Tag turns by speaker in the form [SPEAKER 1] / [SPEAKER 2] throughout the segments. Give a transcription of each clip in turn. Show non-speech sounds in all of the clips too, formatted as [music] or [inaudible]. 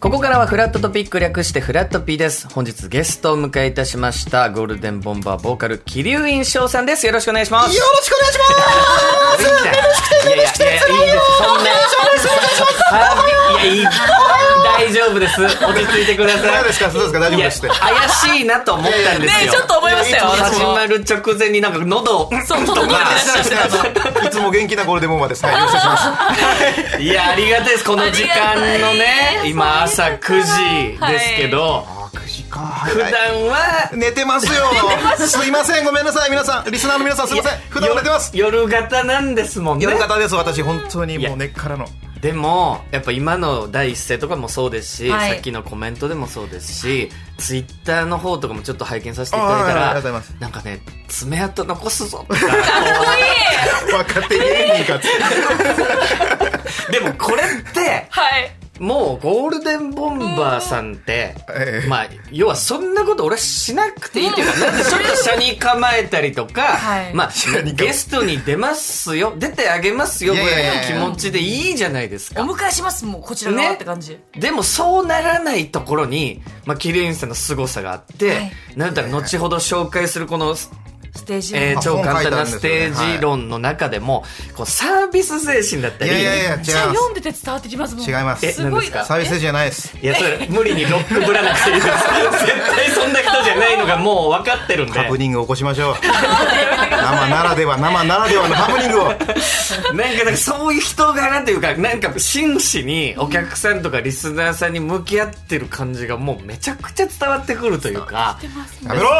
[SPEAKER 1] ここからはフラットトピック略してフラットピーです。本日ゲストをお迎えいたしました、ゴールデンボンバーボーカル、桐生印象さんです。よろしくお願いします。
[SPEAKER 2] よろしくお願いしま
[SPEAKER 1] いいんだよいやいやいやいいですそんなハッピーいやいい大丈夫です落ち着いてくだ
[SPEAKER 2] す
[SPEAKER 1] さ
[SPEAKER 2] 何ですかそうですか大丈
[SPEAKER 1] いい
[SPEAKER 2] 夫
[SPEAKER 1] や
[SPEAKER 2] でして
[SPEAKER 1] 怪しいなと思ったんですよ
[SPEAKER 3] ねちょっと思いましたよ
[SPEAKER 2] いやいやいや
[SPEAKER 3] 私
[SPEAKER 1] 始
[SPEAKER 3] も
[SPEAKER 1] まる直前になんか喉を
[SPEAKER 3] そう整えてらっ
[SPEAKER 2] あ
[SPEAKER 3] しゃる
[SPEAKER 2] してないしてないいつも元気なゴールデンボンバーですはいよろしくお願いします
[SPEAKER 1] いやありがたいですこの時間のね今朝9時ですけど
[SPEAKER 2] あ9時か
[SPEAKER 1] 普
[SPEAKER 2] は
[SPEAKER 1] 段
[SPEAKER 2] い
[SPEAKER 1] は
[SPEAKER 2] 寝てますよすいませんごめんなさい皆さんリスナーの皆さんすいません普段寝てます
[SPEAKER 1] よ夜型なんですもんね
[SPEAKER 2] 夜方です私本当にもう根っからの
[SPEAKER 1] でもやっぱ今の第一声とかもそうですし、
[SPEAKER 3] はい
[SPEAKER 1] さっきのコメントでもそうですしツイッターの方とかもちょっと拝見させていただいた
[SPEAKER 2] あーあ
[SPEAKER 1] ら
[SPEAKER 2] りがとうございます
[SPEAKER 1] なんかね爪痕残すぞとか [laughs]
[SPEAKER 2] 若手芸人かつ
[SPEAKER 1] でもこれって
[SPEAKER 3] はい。
[SPEAKER 1] もうゴールデンボンバーさんって
[SPEAKER 2] ええ
[SPEAKER 1] まあ要はそんなこと俺はしなくていいっていうかなんでちょっと車に構えたりとか、
[SPEAKER 3] はい
[SPEAKER 1] まあ
[SPEAKER 2] に構え
[SPEAKER 1] ゲストに出ますよ出てあげますよぐらいの気持ちでいいじゃないです
[SPEAKER 3] お
[SPEAKER 1] か。
[SPEAKER 3] 迎えします、もうこちら側って感じ。
[SPEAKER 1] でもそうならないところに、まあ、キリンさんの凄さがあって、
[SPEAKER 3] はい
[SPEAKER 1] なんだろう後ほど紹介するこの、
[SPEAKER 3] ステージ。
[SPEAKER 1] えー
[SPEAKER 2] あ
[SPEAKER 1] 超簡単
[SPEAKER 2] 本書いてある
[SPEAKER 1] なん
[SPEAKER 2] です
[SPEAKER 1] ス
[SPEAKER 2] よね
[SPEAKER 1] テージ論の中でも、こうサービス精神だった
[SPEAKER 2] い
[SPEAKER 1] り、
[SPEAKER 2] やいやいや違いま
[SPEAKER 3] じゃあ読んでて伝わってきますもん。
[SPEAKER 2] す違います
[SPEAKER 1] え
[SPEAKER 3] すごい
[SPEAKER 1] 何ですか
[SPEAKER 2] サービス精神じゃないです
[SPEAKER 1] いやそれ無理にロックぶらなくていい
[SPEAKER 2] [laughs]
[SPEAKER 1] です絶対そんな人じゃないのがもう分かってるんで
[SPEAKER 2] ハプニングを起こしましょう生ならでは生ならではのハプニングを
[SPEAKER 1] なんかなんかそういう人柄というかなんか真摯にお客さんとかリスナーさんに向き合ってる感じがもうめちゃくちゃ伝わってくるというか
[SPEAKER 2] やめろ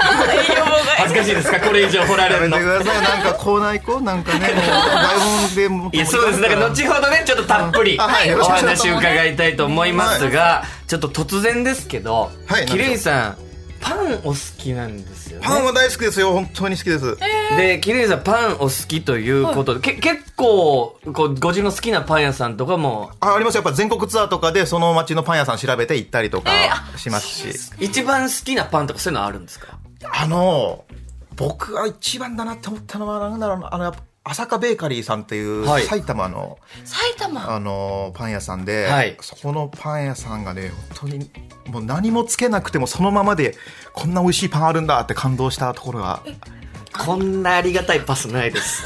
[SPEAKER 1] 恥ずかしいですかこれ以上掘られ
[SPEAKER 2] や
[SPEAKER 1] る
[SPEAKER 2] め
[SPEAKER 1] の
[SPEAKER 2] てくださいなんかコーナー行こうなんか [laughs] ねもう台本でも
[SPEAKER 1] いやそうですだから後ほどねちょっとたっぷり
[SPEAKER 2] あはいよ
[SPEAKER 1] お
[SPEAKER 2] ろしくお願いし
[SPEAKER 1] 話
[SPEAKER 2] ます
[SPEAKER 1] 伺いたいと思いますがちょっと突然ですけど
[SPEAKER 2] はい
[SPEAKER 1] キリンさんパンお好きなんですよね
[SPEAKER 2] パンは大好きですよ本当に好きです
[SPEAKER 1] でキリンさんパンお好きということでけ結構こうご自分の好きなパン屋さんとかも
[SPEAKER 2] あありますやっぱ全国ツアーとかでその町のパン屋さん調べて行ったりとかしますし、
[SPEAKER 1] 一番好きなパンとかそういうのあるんですか
[SPEAKER 2] あの僕が一番だなって思ったのはなんだろうなあのやっぱ朝霞ベーカリーさんっていう
[SPEAKER 1] はい
[SPEAKER 2] 埼玉の、
[SPEAKER 3] 埼玉。
[SPEAKER 2] あのパン屋さんで、
[SPEAKER 1] はい
[SPEAKER 2] そこのパン屋さんがね本当にもう何もつけなくてもそのままでこんな美味しいパンあるんだって感動したところが
[SPEAKER 1] こんなありがたいパスない
[SPEAKER 2] [laughs]
[SPEAKER 1] です。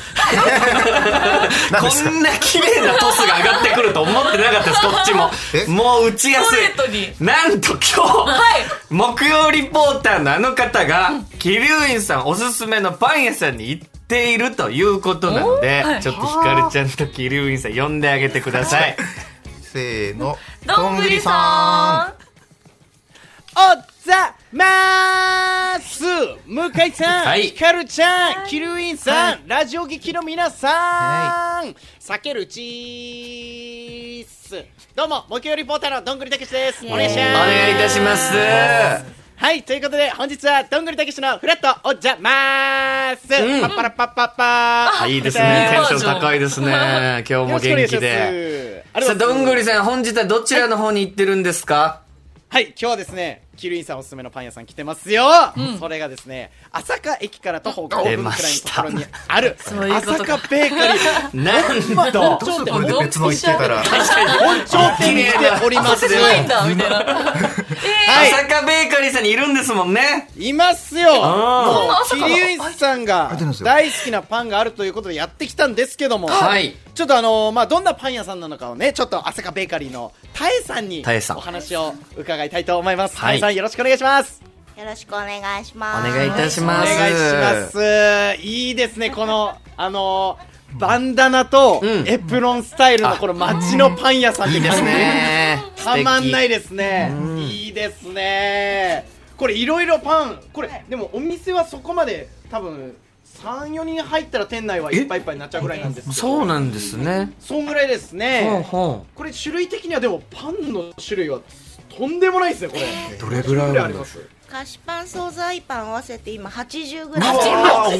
[SPEAKER 2] 何
[SPEAKER 1] こ
[SPEAKER 2] ですか
[SPEAKER 1] んな綺麗なトスが上がってくると思ってなかったです、こっちも
[SPEAKER 2] え。
[SPEAKER 1] もう打ちやす
[SPEAKER 3] ストレー
[SPEAKER 1] い。なんと今日、
[SPEAKER 3] はい。
[SPEAKER 1] 木曜リポーターのあの方が、桐生院さんおすすめのパン屋さんに行っているということなので、
[SPEAKER 3] おはい
[SPEAKER 1] ちょっとひかるちゃんと桐生院さん呼んであげてください。
[SPEAKER 2] せーの
[SPEAKER 3] どんぐりさ
[SPEAKER 4] おざまーす向井さん、
[SPEAKER 1] はい
[SPEAKER 4] ひかるちゃん、キルインさん、ラジオ劇の皆さん、避けるチーズどうも、木曜リポーターのどんぐりたけしです。お願いします。
[SPEAKER 1] お願いいたします。
[SPEAKER 4] はい、ということで、本日はどんぐりたけしのフラットおざまーす、
[SPEAKER 1] うん
[SPEAKER 4] パッパラパッパッパー
[SPEAKER 1] あいいですね。テン
[SPEAKER 3] よ
[SPEAKER 1] ション高いですね。今日
[SPEAKER 4] よ
[SPEAKER 1] も
[SPEAKER 4] ろしくお願
[SPEAKER 1] 元
[SPEAKER 4] いし
[SPEAKER 1] 気
[SPEAKER 4] ます
[SPEAKER 1] で。。
[SPEAKER 4] あり
[SPEAKER 1] さあ、
[SPEAKER 4] がとう
[SPEAKER 1] ど
[SPEAKER 4] ご
[SPEAKER 1] ん
[SPEAKER 4] ざいます
[SPEAKER 1] ぐりさん、本日はどちらの方に行ってるんですか、
[SPEAKER 4] はい、今日はですね、キルインさんおすすめのパン屋さん来てますよ、それがですね、朝霞駅から徒歩5分くらいのところにある、
[SPEAKER 3] 出ました
[SPEAKER 4] 朝霞ベーカリー、
[SPEAKER 1] なんと
[SPEAKER 2] どうしてこれで別の行ってたら
[SPEAKER 4] 本頂点に来ております。
[SPEAKER 3] ん。ないんだ、みたいな。
[SPEAKER 4] はい、
[SPEAKER 1] 朝霞ベーカリーさんにいるんですもんね。
[SPEAKER 4] いますよ
[SPEAKER 1] あ
[SPEAKER 4] もう、キリュウインさんが
[SPEAKER 2] 開いてるんですよ
[SPEAKER 4] 大好きなパンがあるということでやってきたんですけども、
[SPEAKER 1] はい
[SPEAKER 4] ちょっとあのーまあ、どんなパン屋さんなのかをね、ちょっと朝霞ベーカリーのタエさんに
[SPEAKER 1] タエさん
[SPEAKER 4] お話を伺いたいと思います。
[SPEAKER 1] は
[SPEAKER 4] タ
[SPEAKER 1] い
[SPEAKER 4] エさんよろしくお願いします。
[SPEAKER 5] よろしくお願いし
[SPEAKER 1] お
[SPEAKER 5] ます。
[SPEAKER 1] 願いいたしま
[SPEAKER 4] お
[SPEAKER 1] す。
[SPEAKER 4] 願いします。いいですね、この、あのーバンダナと
[SPEAKER 1] うん
[SPEAKER 4] エプロンスタイルのこの街のパン屋さんって感じ
[SPEAKER 1] ねえ
[SPEAKER 4] たまんない
[SPEAKER 1] 素
[SPEAKER 4] ですね。いいですね。これいろいろパン、これでもお店はそこまで多分3、4人入ったら店内はいっぱいいっぱいになっちゃうぐらいなんですけ
[SPEAKER 1] 敵
[SPEAKER 4] ど。
[SPEAKER 1] そうなんですね。
[SPEAKER 4] そんぐらいです
[SPEAKER 1] ほう
[SPEAKER 4] ね。
[SPEAKER 1] ほ
[SPEAKER 4] これ種類的にはでもパンの種類はとんでもないですね、これ。
[SPEAKER 1] う。どれぐら
[SPEAKER 4] いあります。
[SPEAKER 5] 菓子パン、惣菜パン合わせて今80ぐらい。
[SPEAKER 2] あ多い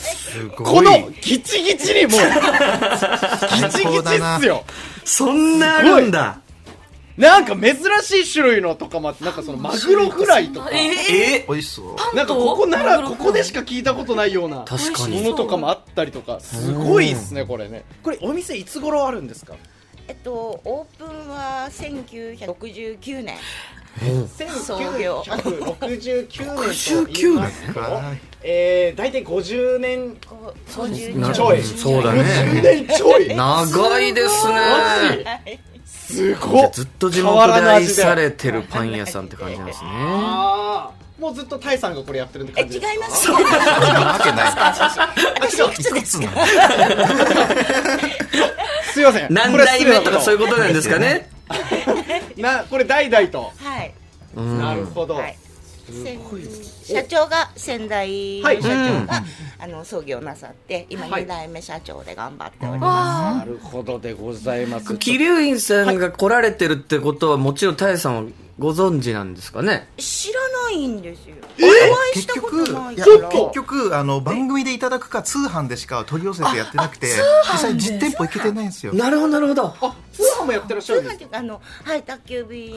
[SPEAKER 2] すごい
[SPEAKER 4] このギチギチに
[SPEAKER 1] [laughs]
[SPEAKER 4] もう、ギチギチっすよ。
[SPEAKER 1] そんなあるんだ。
[SPEAKER 4] なんか珍しい種類のとかもあって、なんかそのマグロフライとか、
[SPEAKER 3] え
[SPEAKER 1] え
[SPEAKER 2] 美味しそう
[SPEAKER 4] なんかここなら、ここでしか聞いたことないような。
[SPEAKER 1] 確か
[SPEAKER 4] も
[SPEAKER 1] に。
[SPEAKER 4] のとかもあったりとかすごいですねこれねこれお店いつ頃あるんですか
[SPEAKER 5] えっと、オープンは1969年。創業
[SPEAKER 4] 1969年と言いますと、えー、大体50年
[SPEAKER 5] こう50
[SPEAKER 1] なる
[SPEAKER 5] ち
[SPEAKER 4] ち
[SPEAKER 5] ょ
[SPEAKER 4] ょい
[SPEAKER 1] そうだ
[SPEAKER 4] 50
[SPEAKER 1] ね。
[SPEAKER 4] 年ちょい
[SPEAKER 1] 長いです
[SPEAKER 4] マ
[SPEAKER 1] ね
[SPEAKER 4] ジ。
[SPEAKER 5] はい
[SPEAKER 4] すごっ
[SPEAKER 1] ずっと地元で愛されてるパン屋さんって感じなんですね。
[SPEAKER 4] あーもうずっとタイさんがこれやってるって
[SPEAKER 5] え
[SPEAKER 4] 感じ
[SPEAKER 5] 違
[SPEAKER 4] ですか
[SPEAKER 5] います。
[SPEAKER 2] わけない
[SPEAKER 5] 私いくつですか。
[SPEAKER 4] すいません
[SPEAKER 1] 何
[SPEAKER 4] これ
[SPEAKER 1] 代目とかそういうことなんですかね。
[SPEAKER 4] となこれ代々と、
[SPEAKER 5] はい。
[SPEAKER 4] なるほど、
[SPEAKER 5] はい。先社長が先代の
[SPEAKER 4] はい
[SPEAKER 5] 社長が、あの創業なさって今
[SPEAKER 4] はい
[SPEAKER 5] 二代目社長で頑張っておりま
[SPEAKER 3] わ
[SPEAKER 4] なるほどでございます
[SPEAKER 1] 桐生院さんが来られてるってことはもちろんタイさんはご存知なんですかね。
[SPEAKER 5] す。知らないんですよ。お会いし
[SPEAKER 2] 結
[SPEAKER 5] たこ
[SPEAKER 2] 局
[SPEAKER 5] とない
[SPEAKER 2] い
[SPEAKER 5] か
[SPEAKER 2] や
[SPEAKER 5] ら。
[SPEAKER 2] 結局あの番組でいただくか通販でしか取り寄せてやってなくて実際実店舗行けてないんですよ
[SPEAKER 1] なるほどなるほど。
[SPEAKER 4] あ通販もやってらっし
[SPEAKER 5] 通
[SPEAKER 4] ゃるん
[SPEAKER 5] 販
[SPEAKER 4] です
[SPEAKER 5] っていうかあのはい宅急便。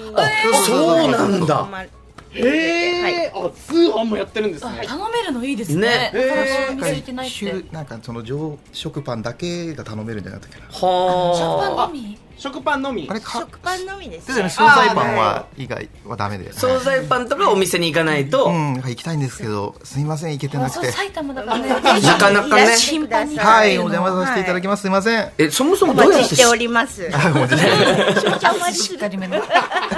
[SPEAKER 1] そうなんだ。
[SPEAKER 5] まあ
[SPEAKER 4] へえ、あ通販もやってるんですね
[SPEAKER 3] 頼めるのいいです
[SPEAKER 1] ね
[SPEAKER 3] ね。
[SPEAKER 1] え
[SPEAKER 3] え
[SPEAKER 4] ー
[SPEAKER 3] 見ついてないって。
[SPEAKER 2] 週なんかその常食パンだけが頼めるんじゃなかったっけな
[SPEAKER 1] はあ。
[SPEAKER 3] パンのみ。
[SPEAKER 4] 食パンのみ
[SPEAKER 2] あれか
[SPEAKER 5] 食パンのみです
[SPEAKER 2] で
[SPEAKER 5] ね。
[SPEAKER 2] すよね惣菜パンは以外はダメで
[SPEAKER 1] 惣菜パンとかお店に行かないと、
[SPEAKER 2] はいうん、行きたいんですけどすいません行けてなく
[SPEAKER 3] そう
[SPEAKER 2] て
[SPEAKER 3] 埼玉だからね。
[SPEAKER 1] なかなかね
[SPEAKER 5] いらしてくださ
[SPEAKER 2] はいお邪魔させていただきますすいません
[SPEAKER 1] えそもそも
[SPEAKER 5] お
[SPEAKER 1] どうや
[SPEAKER 5] 待
[SPEAKER 1] っ
[SPEAKER 5] ち
[SPEAKER 1] て
[SPEAKER 5] しております。
[SPEAKER 2] はいお待ちしてます
[SPEAKER 5] お邪魔す
[SPEAKER 3] しっ
[SPEAKER 5] る
[SPEAKER 3] かりめの。
[SPEAKER 2] こ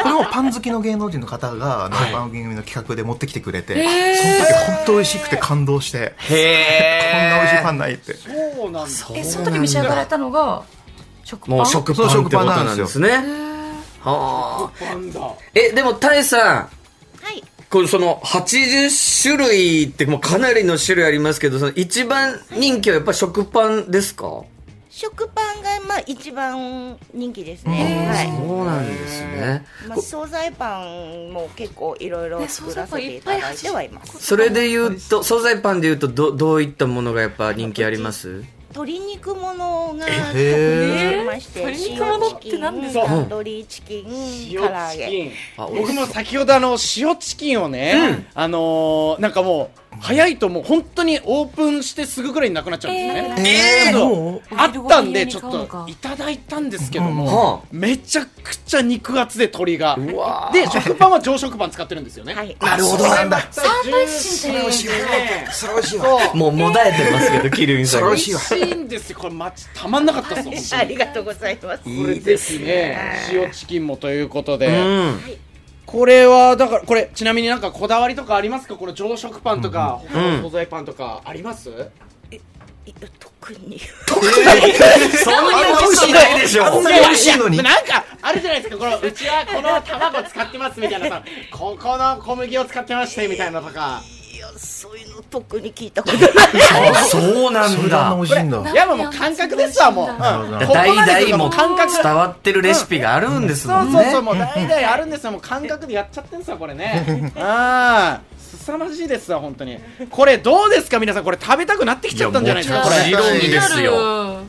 [SPEAKER 2] れもパン好きの芸能人の方があの番組の企画で持ってきてくれてその時本当美味しくて感動して
[SPEAKER 1] へえ
[SPEAKER 2] こんな美味しいパンないって
[SPEAKER 4] そうなんだ
[SPEAKER 3] えその時召し上がられたのが食パン。
[SPEAKER 1] もう食パンってことなんですねはあ
[SPEAKER 4] なんだ
[SPEAKER 1] えでもタエさん
[SPEAKER 5] はい。
[SPEAKER 1] このその80種類ってもうかなりの種類ありますけどその一番人気はやっぱ食パンですか、
[SPEAKER 5] 食パンがまあ一番人気ですね。は
[SPEAKER 1] そうなんですね
[SPEAKER 5] い。まあ惣菜パンも結構いろいろ
[SPEAKER 3] ね
[SPEAKER 5] 作らせていただいてはいます。
[SPEAKER 1] それで言うと惣菜パンで言うとどどういったものがやっぱ人気あります
[SPEAKER 5] 鶏肉ものが特
[SPEAKER 2] へ
[SPEAKER 5] にありまして、
[SPEAKER 3] えー鶏肉ものって何です
[SPEAKER 4] か
[SPEAKER 5] 塩チキンタンドリーチキン、
[SPEAKER 4] 塩
[SPEAKER 5] 唐揚
[SPEAKER 4] チキ
[SPEAKER 5] げ。
[SPEAKER 4] ン
[SPEAKER 1] あ美味し
[SPEAKER 4] 僕
[SPEAKER 1] そ
[SPEAKER 4] も
[SPEAKER 1] う
[SPEAKER 4] 先ほどあの塩チキンをね、あのーなんかもう早いともう本当にオープンしてすぐぐらいになくなっちゃうんですね、
[SPEAKER 2] えー
[SPEAKER 4] ちょっと
[SPEAKER 2] もう
[SPEAKER 4] あったんでちょっ
[SPEAKER 3] お昼ご飯用に買うの
[SPEAKER 4] と
[SPEAKER 3] か
[SPEAKER 4] いただいたんですけど
[SPEAKER 1] うん
[SPEAKER 4] も
[SPEAKER 1] は、
[SPEAKER 4] めちゃくちゃ肉厚で鶏が
[SPEAKER 1] うわ
[SPEAKER 4] で食パンは常食パン使ってるんですよね、
[SPEAKER 5] はい。
[SPEAKER 1] なるほどなんだ
[SPEAKER 4] サ
[SPEAKER 3] ンドイッチみたいなやつ
[SPEAKER 2] それ美味しい
[SPEAKER 4] そう
[SPEAKER 1] もうもだえてますけど桐生さん
[SPEAKER 2] それ美
[SPEAKER 1] が
[SPEAKER 2] 味しい
[SPEAKER 4] 美味しいんですよこれマジたまんなかったっす本当
[SPEAKER 5] [laughs] あ
[SPEAKER 4] に
[SPEAKER 5] りがとうございます。
[SPEAKER 1] いいですね
[SPEAKER 4] ね塩チキンもということで、
[SPEAKER 1] うん
[SPEAKER 4] これはだからこれちなみになんかこだわりとかありますかこの常食パンとか、他の惣菜パンとかあります、
[SPEAKER 5] いや特に。 [laughs]
[SPEAKER 1] そんな美味しいないでしょ
[SPEAKER 2] あんなに美味しいのに
[SPEAKER 4] なんかあるじゃないですかこのうちはこの卵使ってますみたいなさここの小麦を使ってましてみたいなとか
[SPEAKER 5] いやそういうの特に聞いたことない。
[SPEAKER 1] あそうな
[SPEAKER 2] そ
[SPEAKER 1] ん
[SPEAKER 2] れが
[SPEAKER 1] だ
[SPEAKER 2] あんな美味しいんだ
[SPEAKER 4] いやもう感覚ですわもう、うん、
[SPEAKER 2] なるほど
[SPEAKER 1] 代
[SPEAKER 4] ここまでと
[SPEAKER 1] 々
[SPEAKER 4] か
[SPEAKER 1] も
[SPEAKER 4] 感覚
[SPEAKER 1] 伝わってるレシピがあるんですもん
[SPEAKER 4] そうそう
[SPEAKER 1] ね
[SPEAKER 4] そう、もう代々あるんですよ、もう感覚でやっちゃってんすよ、これね。ああ、凄まじいですわ、本当に。これどうですか、皆さん、これ食べたくなってきちゃったんじゃないですか、こ
[SPEAKER 2] いや
[SPEAKER 4] れ。
[SPEAKER 2] も
[SPEAKER 1] 白いですよ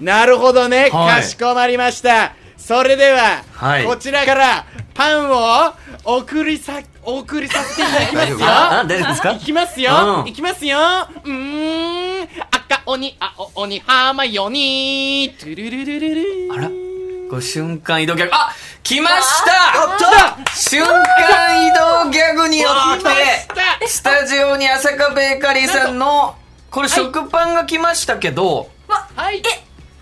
[SPEAKER 4] なるほどね、
[SPEAKER 1] はい
[SPEAKER 4] かしこまりました。それでは、
[SPEAKER 1] はい
[SPEAKER 4] こちらからパンを送りさ、送りさせていただきますよ。
[SPEAKER 1] ああ大丈夫ですか
[SPEAKER 4] いきますよ、
[SPEAKER 1] うん
[SPEAKER 4] いきますよ。うーん、赤鬼、青鬼、ハーマイオニー、トゥルルルルル
[SPEAKER 1] あらこれ瞬間移動ギャグあ来ました
[SPEAKER 4] ちょっと
[SPEAKER 1] 瞬間移動ギャグによっ
[SPEAKER 4] 来ましてた
[SPEAKER 1] スタジオに朝霞ベーカリーさんのこれ食パンが来ましたけど
[SPEAKER 4] はい。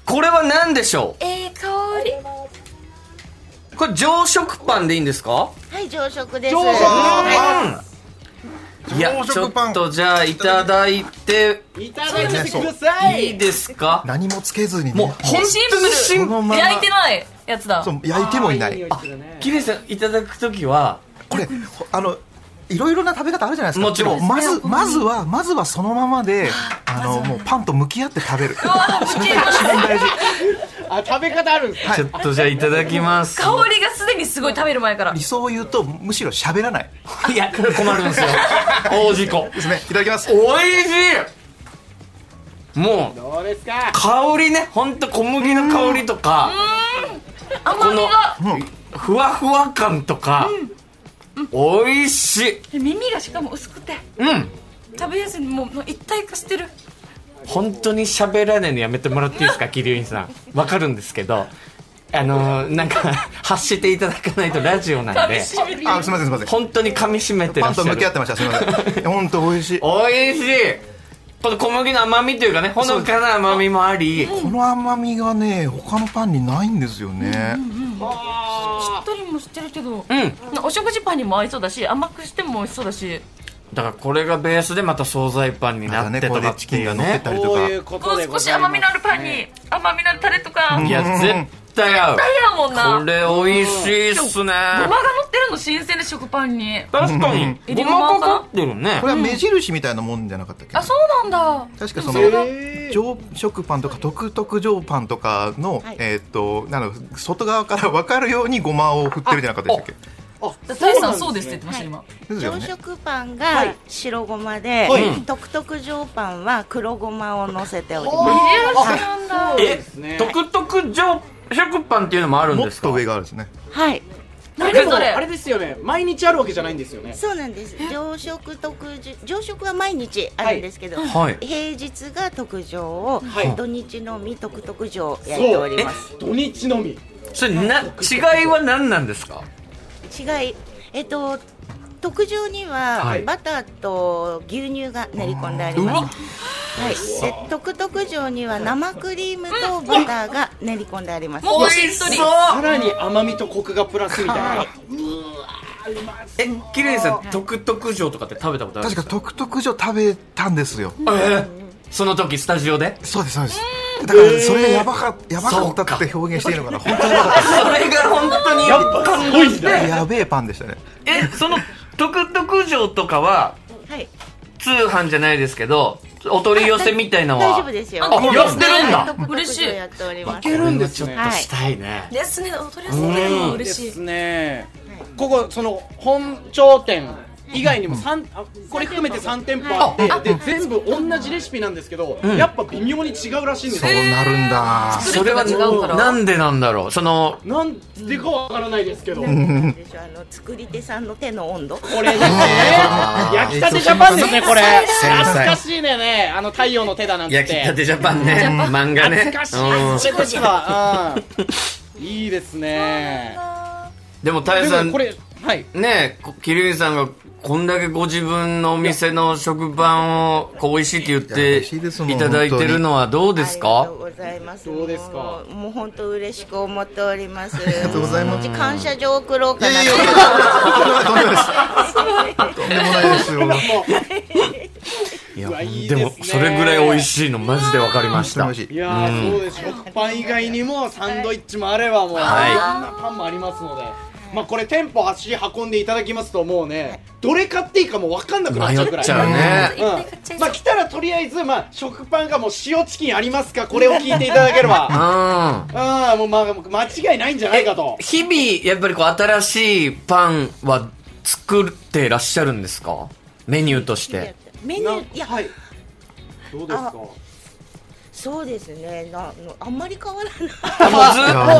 [SPEAKER 1] これは何でしょ
[SPEAKER 3] えー、香り。
[SPEAKER 1] うこれ常食パンでいいんですか
[SPEAKER 5] はい朝食です。
[SPEAKER 4] 朝食
[SPEAKER 5] はい
[SPEAKER 1] いや
[SPEAKER 2] 常
[SPEAKER 1] ちょ
[SPEAKER 2] 食
[SPEAKER 1] っ
[SPEAKER 2] パン
[SPEAKER 1] とじゃあいただいて
[SPEAKER 4] いただいて
[SPEAKER 2] そう
[SPEAKER 4] く
[SPEAKER 2] ね
[SPEAKER 4] ださい。
[SPEAKER 1] いいですか
[SPEAKER 2] 何もつけずにね
[SPEAKER 1] もう本当にシン
[SPEAKER 2] このまま
[SPEAKER 3] 焼いてないやつだ
[SPEAKER 2] そ。う焼いてもいない
[SPEAKER 4] あいい匂いするね
[SPEAKER 1] キリさんいただくときは
[SPEAKER 2] これあのいろいろな食べ方あるじゃないですか
[SPEAKER 1] もちろん
[SPEAKER 2] でまずまずはまずはそのままであのもうパンと向き合って食べるそれが一番大事
[SPEAKER 4] あ食べ方あるんですか、
[SPEAKER 1] ちょっとじゃあいただきます
[SPEAKER 3] 香りがすでにすごい食べる前から
[SPEAKER 2] 理。想を言うとむしろ喋らない
[SPEAKER 1] いやこれ困るんですよ大事故
[SPEAKER 2] ですねいただきます
[SPEAKER 1] おいしいもう
[SPEAKER 4] どうですか
[SPEAKER 1] 香りねほんと小麦の香りとか
[SPEAKER 3] 甘みが。
[SPEAKER 1] ふわふわ感とかおいしい
[SPEAKER 3] 耳がしかも薄くて
[SPEAKER 1] うん
[SPEAKER 3] 食べやすいもう一体化してる。 [laughs]
[SPEAKER 1] 本当に喋らないのやめてもらっていいですか桐生院さんわかるんですけどあのーなんか [laughs] 発していただかないとラジオなんで
[SPEAKER 2] あすみませんすみません
[SPEAKER 1] 本当に噛み締めて
[SPEAKER 2] パ
[SPEAKER 1] ら
[SPEAKER 2] ン
[SPEAKER 1] っしゃ
[SPEAKER 2] と向き合
[SPEAKER 1] る
[SPEAKER 2] ってましたすみません本当美味しいこ
[SPEAKER 1] おいしいこの小麦の甘みというかねほのかな甘みもあり
[SPEAKER 2] の甘みがね他のパンにないんですよね、
[SPEAKER 3] っとりもしてるけど
[SPEAKER 1] うん
[SPEAKER 3] お食事パンにも合いそうだし甘くしても美味しそうだし
[SPEAKER 1] だからこれがベースでまた惣菜パンに
[SPEAKER 2] ま
[SPEAKER 1] な
[SPEAKER 2] た
[SPEAKER 1] っ
[SPEAKER 2] ね
[SPEAKER 1] て
[SPEAKER 2] ことれ
[SPEAKER 1] か
[SPEAKER 2] で
[SPEAKER 1] っ
[SPEAKER 2] チ
[SPEAKER 1] て
[SPEAKER 2] キン
[SPEAKER 1] い
[SPEAKER 2] が
[SPEAKER 1] う
[SPEAKER 2] 乗って
[SPEAKER 1] ね
[SPEAKER 2] たりと
[SPEAKER 4] こう
[SPEAKER 2] か
[SPEAKER 4] いうこ
[SPEAKER 3] ことう
[SPEAKER 4] でご
[SPEAKER 3] 少し
[SPEAKER 4] ざいます
[SPEAKER 3] 甘みのあるパンに甘みのあるタレとか
[SPEAKER 1] いや絶対合う
[SPEAKER 3] やもんな
[SPEAKER 1] これ美味しいっすね
[SPEAKER 3] ごまが乗ってるの新鮮で食パンに
[SPEAKER 1] 確かに
[SPEAKER 3] うん
[SPEAKER 1] ごまかかってるね
[SPEAKER 2] これは目印みたいなもんじゃなかったっけ、
[SPEAKER 3] あそうなんだ
[SPEAKER 2] 確かその
[SPEAKER 3] でもれが
[SPEAKER 2] 上食パンとか特特上パンとかの、
[SPEAKER 5] はい
[SPEAKER 2] えーっとなんだろう外側から分かるようにごまを振ってるじゃなかったっけ
[SPEAKER 4] あ
[SPEAKER 3] だから大さんそうですって言ってました
[SPEAKER 5] そうな
[SPEAKER 3] 今
[SPEAKER 2] ですよ
[SPEAKER 5] 朝
[SPEAKER 2] ね
[SPEAKER 5] 食パン
[SPEAKER 4] は
[SPEAKER 5] が
[SPEAKER 4] い
[SPEAKER 5] 白ごまで、
[SPEAKER 4] はい
[SPEAKER 5] 特特上パンは黒ごまを乗せており
[SPEAKER 4] お
[SPEAKER 5] ま
[SPEAKER 4] ー
[SPEAKER 5] す。
[SPEAKER 3] なんだ
[SPEAKER 1] え特特上食パンっていうのもあるん
[SPEAKER 2] も
[SPEAKER 1] で
[SPEAKER 2] っ
[SPEAKER 1] すか
[SPEAKER 2] と上があるんですね
[SPEAKER 5] はい、
[SPEAKER 4] あで
[SPEAKER 3] 何
[SPEAKER 4] も
[SPEAKER 3] それ
[SPEAKER 4] あれですよね毎日あるわけじゃないんですよね
[SPEAKER 5] そうなんです。朝食特上朝食は毎日あるんですけど、
[SPEAKER 1] はい
[SPEAKER 5] 平日が特上を、
[SPEAKER 4] はい
[SPEAKER 5] 土日のみ特特上やっております。
[SPEAKER 4] 土日のみ
[SPEAKER 1] それな違いは何なんですか
[SPEAKER 5] 違い、えっと特上に
[SPEAKER 1] は
[SPEAKER 5] はいバターと牛乳が練り込んであり
[SPEAKER 1] う
[SPEAKER 5] ます
[SPEAKER 1] わ。
[SPEAKER 5] はい、で特特上には生クリームとバターが練り込んであります。
[SPEAKER 3] もうしっとり
[SPEAKER 4] さらに甘みとコクがプラスみたいな
[SPEAKER 1] えキレイさん特特上とかって食べたことあるん
[SPEAKER 2] 確
[SPEAKER 1] で
[SPEAKER 2] か
[SPEAKER 1] すか
[SPEAKER 2] 特特上食べたんですよ
[SPEAKER 1] えーその時スタジオで
[SPEAKER 2] そうですそうですだからそれがやばかやばかったって表現していいのかな本当にやばかっ
[SPEAKER 1] それが本当に
[SPEAKER 4] やっぱすごいん
[SPEAKER 2] た
[SPEAKER 4] だ
[SPEAKER 2] やべえパンでしたね
[SPEAKER 1] えその特特上とかは
[SPEAKER 5] はい、
[SPEAKER 1] 通販じゃないですけどお取り寄せみたいのは
[SPEAKER 5] 大丈夫ですよ。
[SPEAKER 1] あやってるん
[SPEAKER 5] はい
[SPEAKER 1] だ
[SPEAKER 5] 特特
[SPEAKER 3] 嬉しい
[SPEAKER 5] 上やっておりま
[SPEAKER 4] い
[SPEAKER 5] す。
[SPEAKER 4] けるんですね
[SPEAKER 5] はい
[SPEAKER 1] したいね
[SPEAKER 3] ですねとりあえずそれも
[SPEAKER 4] で
[SPEAKER 3] 嬉しい
[SPEAKER 4] すねここその本頂点以外にも三あこれ含めて3店舗あってで全部同じレシピなんですけどやっぱ微妙に違うらしいんです
[SPEAKER 2] そう
[SPEAKER 4] よ
[SPEAKER 2] なるんだ
[SPEAKER 1] それは
[SPEAKER 3] 作り方違うから
[SPEAKER 1] なんでなんだろうその
[SPEAKER 4] なんでかわからないですけどこ
[SPEAKER 5] なんでしょうあの作り手さんの手の温度。
[SPEAKER 4] れ
[SPEAKER 1] [laughs]
[SPEAKER 4] ですね焼きたてジャパンですねこれ
[SPEAKER 1] 繊細
[SPEAKER 4] 懐かしいねねあの太陽の手だなんて
[SPEAKER 1] 焼きたてジャパンね漫画ね
[SPEAKER 4] 懐かしい
[SPEAKER 1] うん
[SPEAKER 4] ちっちゃい時はうんいいですね
[SPEAKER 1] でも大
[SPEAKER 4] で
[SPEAKER 1] イさん
[SPEAKER 4] もこれはい
[SPEAKER 1] ねえこ桐生さんがこんだけご自分のお店の食パンをこう美味しいって言
[SPEAKER 2] いや美
[SPEAKER 1] っ
[SPEAKER 2] 味しいですもん
[SPEAKER 1] ていただいてるのはどうです
[SPEAKER 5] ありがと
[SPEAKER 1] か
[SPEAKER 5] うございます。
[SPEAKER 4] どうですか
[SPEAKER 5] もうもう本当嬉しく思っております。あり
[SPEAKER 2] がとうございます
[SPEAKER 5] 感謝状送ろうか
[SPEAKER 2] いや
[SPEAKER 5] な。
[SPEAKER 2] いやとんでもないとんでもないですとんでもないですよ
[SPEAKER 4] も
[SPEAKER 1] いう
[SPEAKER 4] わいい
[SPEAKER 1] で
[SPEAKER 4] ですね
[SPEAKER 1] もそれぐらい美味しいのマジで分かりました
[SPEAKER 2] 本当に美味
[SPEAKER 4] う
[SPEAKER 2] し
[SPEAKER 4] い
[SPEAKER 2] い
[SPEAKER 4] やーそうです食パン以外にもサンドイッチもあればもう、
[SPEAKER 1] はい
[SPEAKER 4] い、ろんなパンもありますのでまあこれ店舗足運んでいただきますともうねどれ買っていいかもう分かんなくなっちゃうぐ
[SPEAKER 1] 迷
[SPEAKER 4] ら
[SPEAKER 1] っ
[SPEAKER 4] い
[SPEAKER 1] ちゃうね
[SPEAKER 4] うんまあ来たらとりあえずまあ食パンがもう塩チキンありますかこれを聞いていただければ
[SPEAKER 1] [laughs] うん
[SPEAKER 4] ああもうまあ間違いないんじゃないかと
[SPEAKER 1] 日々やっぱりこう新しいパンは作ってらっしゃるんですかメニューとして
[SPEAKER 5] メニューいや、
[SPEAKER 4] はいどうですか
[SPEAKER 5] あそうですね。なあのあんまり変わらない。
[SPEAKER 1] あも
[SPEAKER 2] や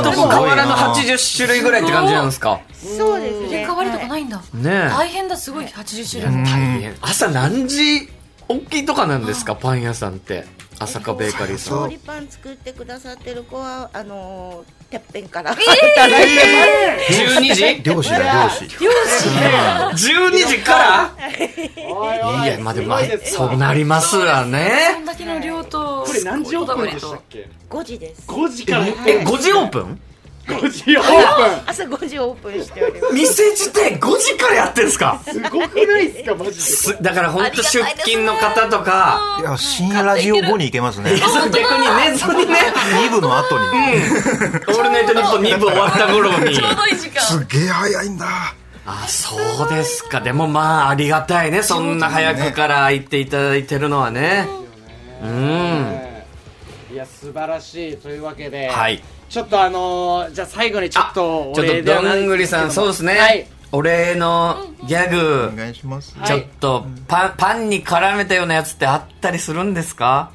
[SPEAKER 1] うずっともう
[SPEAKER 2] す
[SPEAKER 1] 変
[SPEAKER 2] ご
[SPEAKER 1] わ
[SPEAKER 2] い
[SPEAKER 1] らぬ
[SPEAKER 2] な
[SPEAKER 1] 80種類ぐらいって感じなんですか
[SPEAKER 5] そうですね。
[SPEAKER 3] 入れ替わりとか
[SPEAKER 5] はい
[SPEAKER 3] ないんだ
[SPEAKER 1] ね
[SPEAKER 3] 大変だすごい80
[SPEAKER 1] え
[SPEAKER 3] 種類
[SPEAKER 1] 大変朝何時大きいとかなんですかパン屋さんって朝霞ベーカリーさ
[SPEAKER 5] 調
[SPEAKER 1] ん
[SPEAKER 5] 理パン作ってくださってる子はあのーてっぺんから [laughs] 働いて
[SPEAKER 1] 12時
[SPEAKER 2] 漁師だ漁師
[SPEAKER 1] 12時か
[SPEAKER 4] おい
[SPEAKER 1] ら
[SPEAKER 4] お
[SPEAKER 1] い
[SPEAKER 4] い
[SPEAKER 1] やまあですも
[SPEAKER 4] ごいですよ
[SPEAKER 1] そうなりますわ
[SPEAKER 3] そ
[SPEAKER 1] ね
[SPEAKER 3] んだけの量と
[SPEAKER 4] これ何時オープンでしたっけ
[SPEAKER 5] 5時です。
[SPEAKER 4] 5時から
[SPEAKER 1] え5時オープン
[SPEAKER 4] 5時オー
[SPEAKER 5] 朝5時オープンしております。
[SPEAKER 1] 店自体5時からやってんすか
[SPEAKER 4] プンすごくないです
[SPEAKER 1] [laughs]
[SPEAKER 4] かマジです
[SPEAKER 1] だから本当出勤の方とか
[SPEAKER 2] いや深夜ラジオ後に行けますね
[SPEAKER 1] いやそう逆に寝ずにね
[SPEAKER 2] 2部の後に
[SPEAKER 1] 「オールナイトニッポン」2部終わった頃に
[SPEAKER 3] ちょうどいい時間
[SPEAKER 2] すげえ早いんだ
[SPEAKER 1] あそうですかでもまあありがたいねそんな早くから行っていただいてるのはねうん
[SPEAKER 4] いや素晴らしいというわけで、
[SPEAKER 1] はい
[SPEAKER 4] ちょっとあのー、じゃあ最後にちょっと
[SPEAKER 1] ち
[SPEAKER 4] お
[SPEAKER 1] ょっ
[SPEAKER 4] 礼
[SPEAKER 1] と
[SPEAKER 4] では
[SPEAKER 1] ど
[SPEAKER 4] ない
[SPEAKER 1] んぐりさんそうですね、
[SPEAKER 4] はい
[SPEAKER 1] お礼のギャグ
[SPEAKER 2] お願いします
[SPEAKER 4] はい
[SPEAKER 1] ちょっとパンパンに絡めたようなやつってあったりするんですか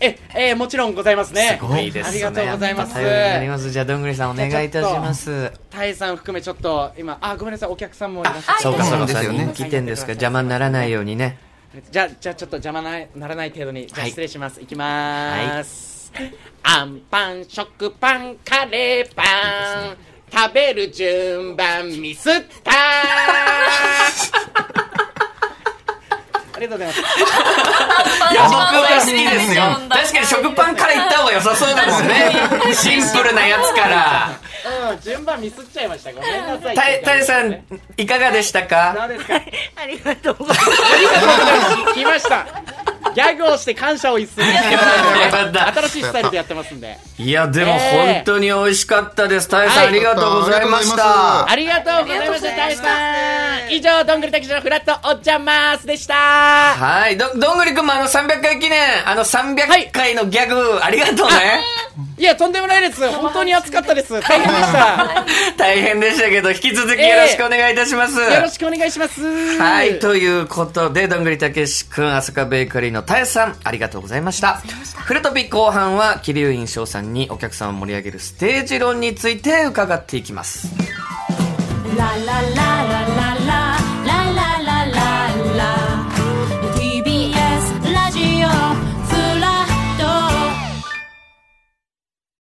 [SPEAKER 4] ええー、もちろんございますね
[SPEAKER 1] すごいですね
[SPEAKER 4] ありがとうございます
[SPEAKER 1] やっぱ頼りになりますじゃあどんぐりさんお願いいたします
[SPEAKER 4] タイさん含めちょっと今あごめんなさいお客さんもいらっしゃ
[SPEAKER 1] そうかそうかそうか
[SPEAKER 2] そうですよね
[SPEAKER 1] 人気店ですから邪魔にならないようにね
[SPEAKER 4] るじゃあじゃあちょっと邪魔なならない程度に、じゃあ失礼します、いきまーす、ですあんパン食パンカレーパン食べる順番ミスったありがとうございます
[SPEAKER 1] いや僕は好きですよ確かに食パンから行った方が良さそうだもんね
[SPEAKER 4] [laughs]
[SPEAKER 1] シンプルなやつから
[SPEAKER 4] うん順番ミスっちゃいましたごめんなさい
[SPEAKER 1] たいたいさんいかがでした
[SPEAKER 4] [laughs] どう
[SPEAKER 1] か
[SPEAKER 4] ですか
[SPEAKER 5] ありがとうございます。
[SPEAKER 4] 来ましたギャグをして感謝を一する
[SPEAKER 1] よかった
[SPEAKER 4] 新しいスタイルでやってますんで
[SPEAKER 1] いやでも本当に美味しかったですたいさんありがとうございまし
[SPEAKER 2] はい
[SPEAKER 1] た
[SPEAKER 4] ありがとうございました大さん以上どんぐりたけしのフラットおっちゃんまーすでした
[SPEAKER 1] はいどどんぐりくんもあの300回記念あの300回のギャグありがとうね
[SPEAKER 4] いやとんでもないです本当に暑かったです大変でした
[SPEAKER 1] 大変でしたけど引き続きよろしくお願いいたします
[SPEAKER 4] よろしくお願いします
[SPEAKER 1] はい、ということで、どんぐりたけしくん、朝霞ベーカリーのたえさん、ありがとうございました。フレトピ後半は、桐生印象さんにお客さんを盛り上げるステージ論について伺っていきます。
[SPEAKER 6] La la la la la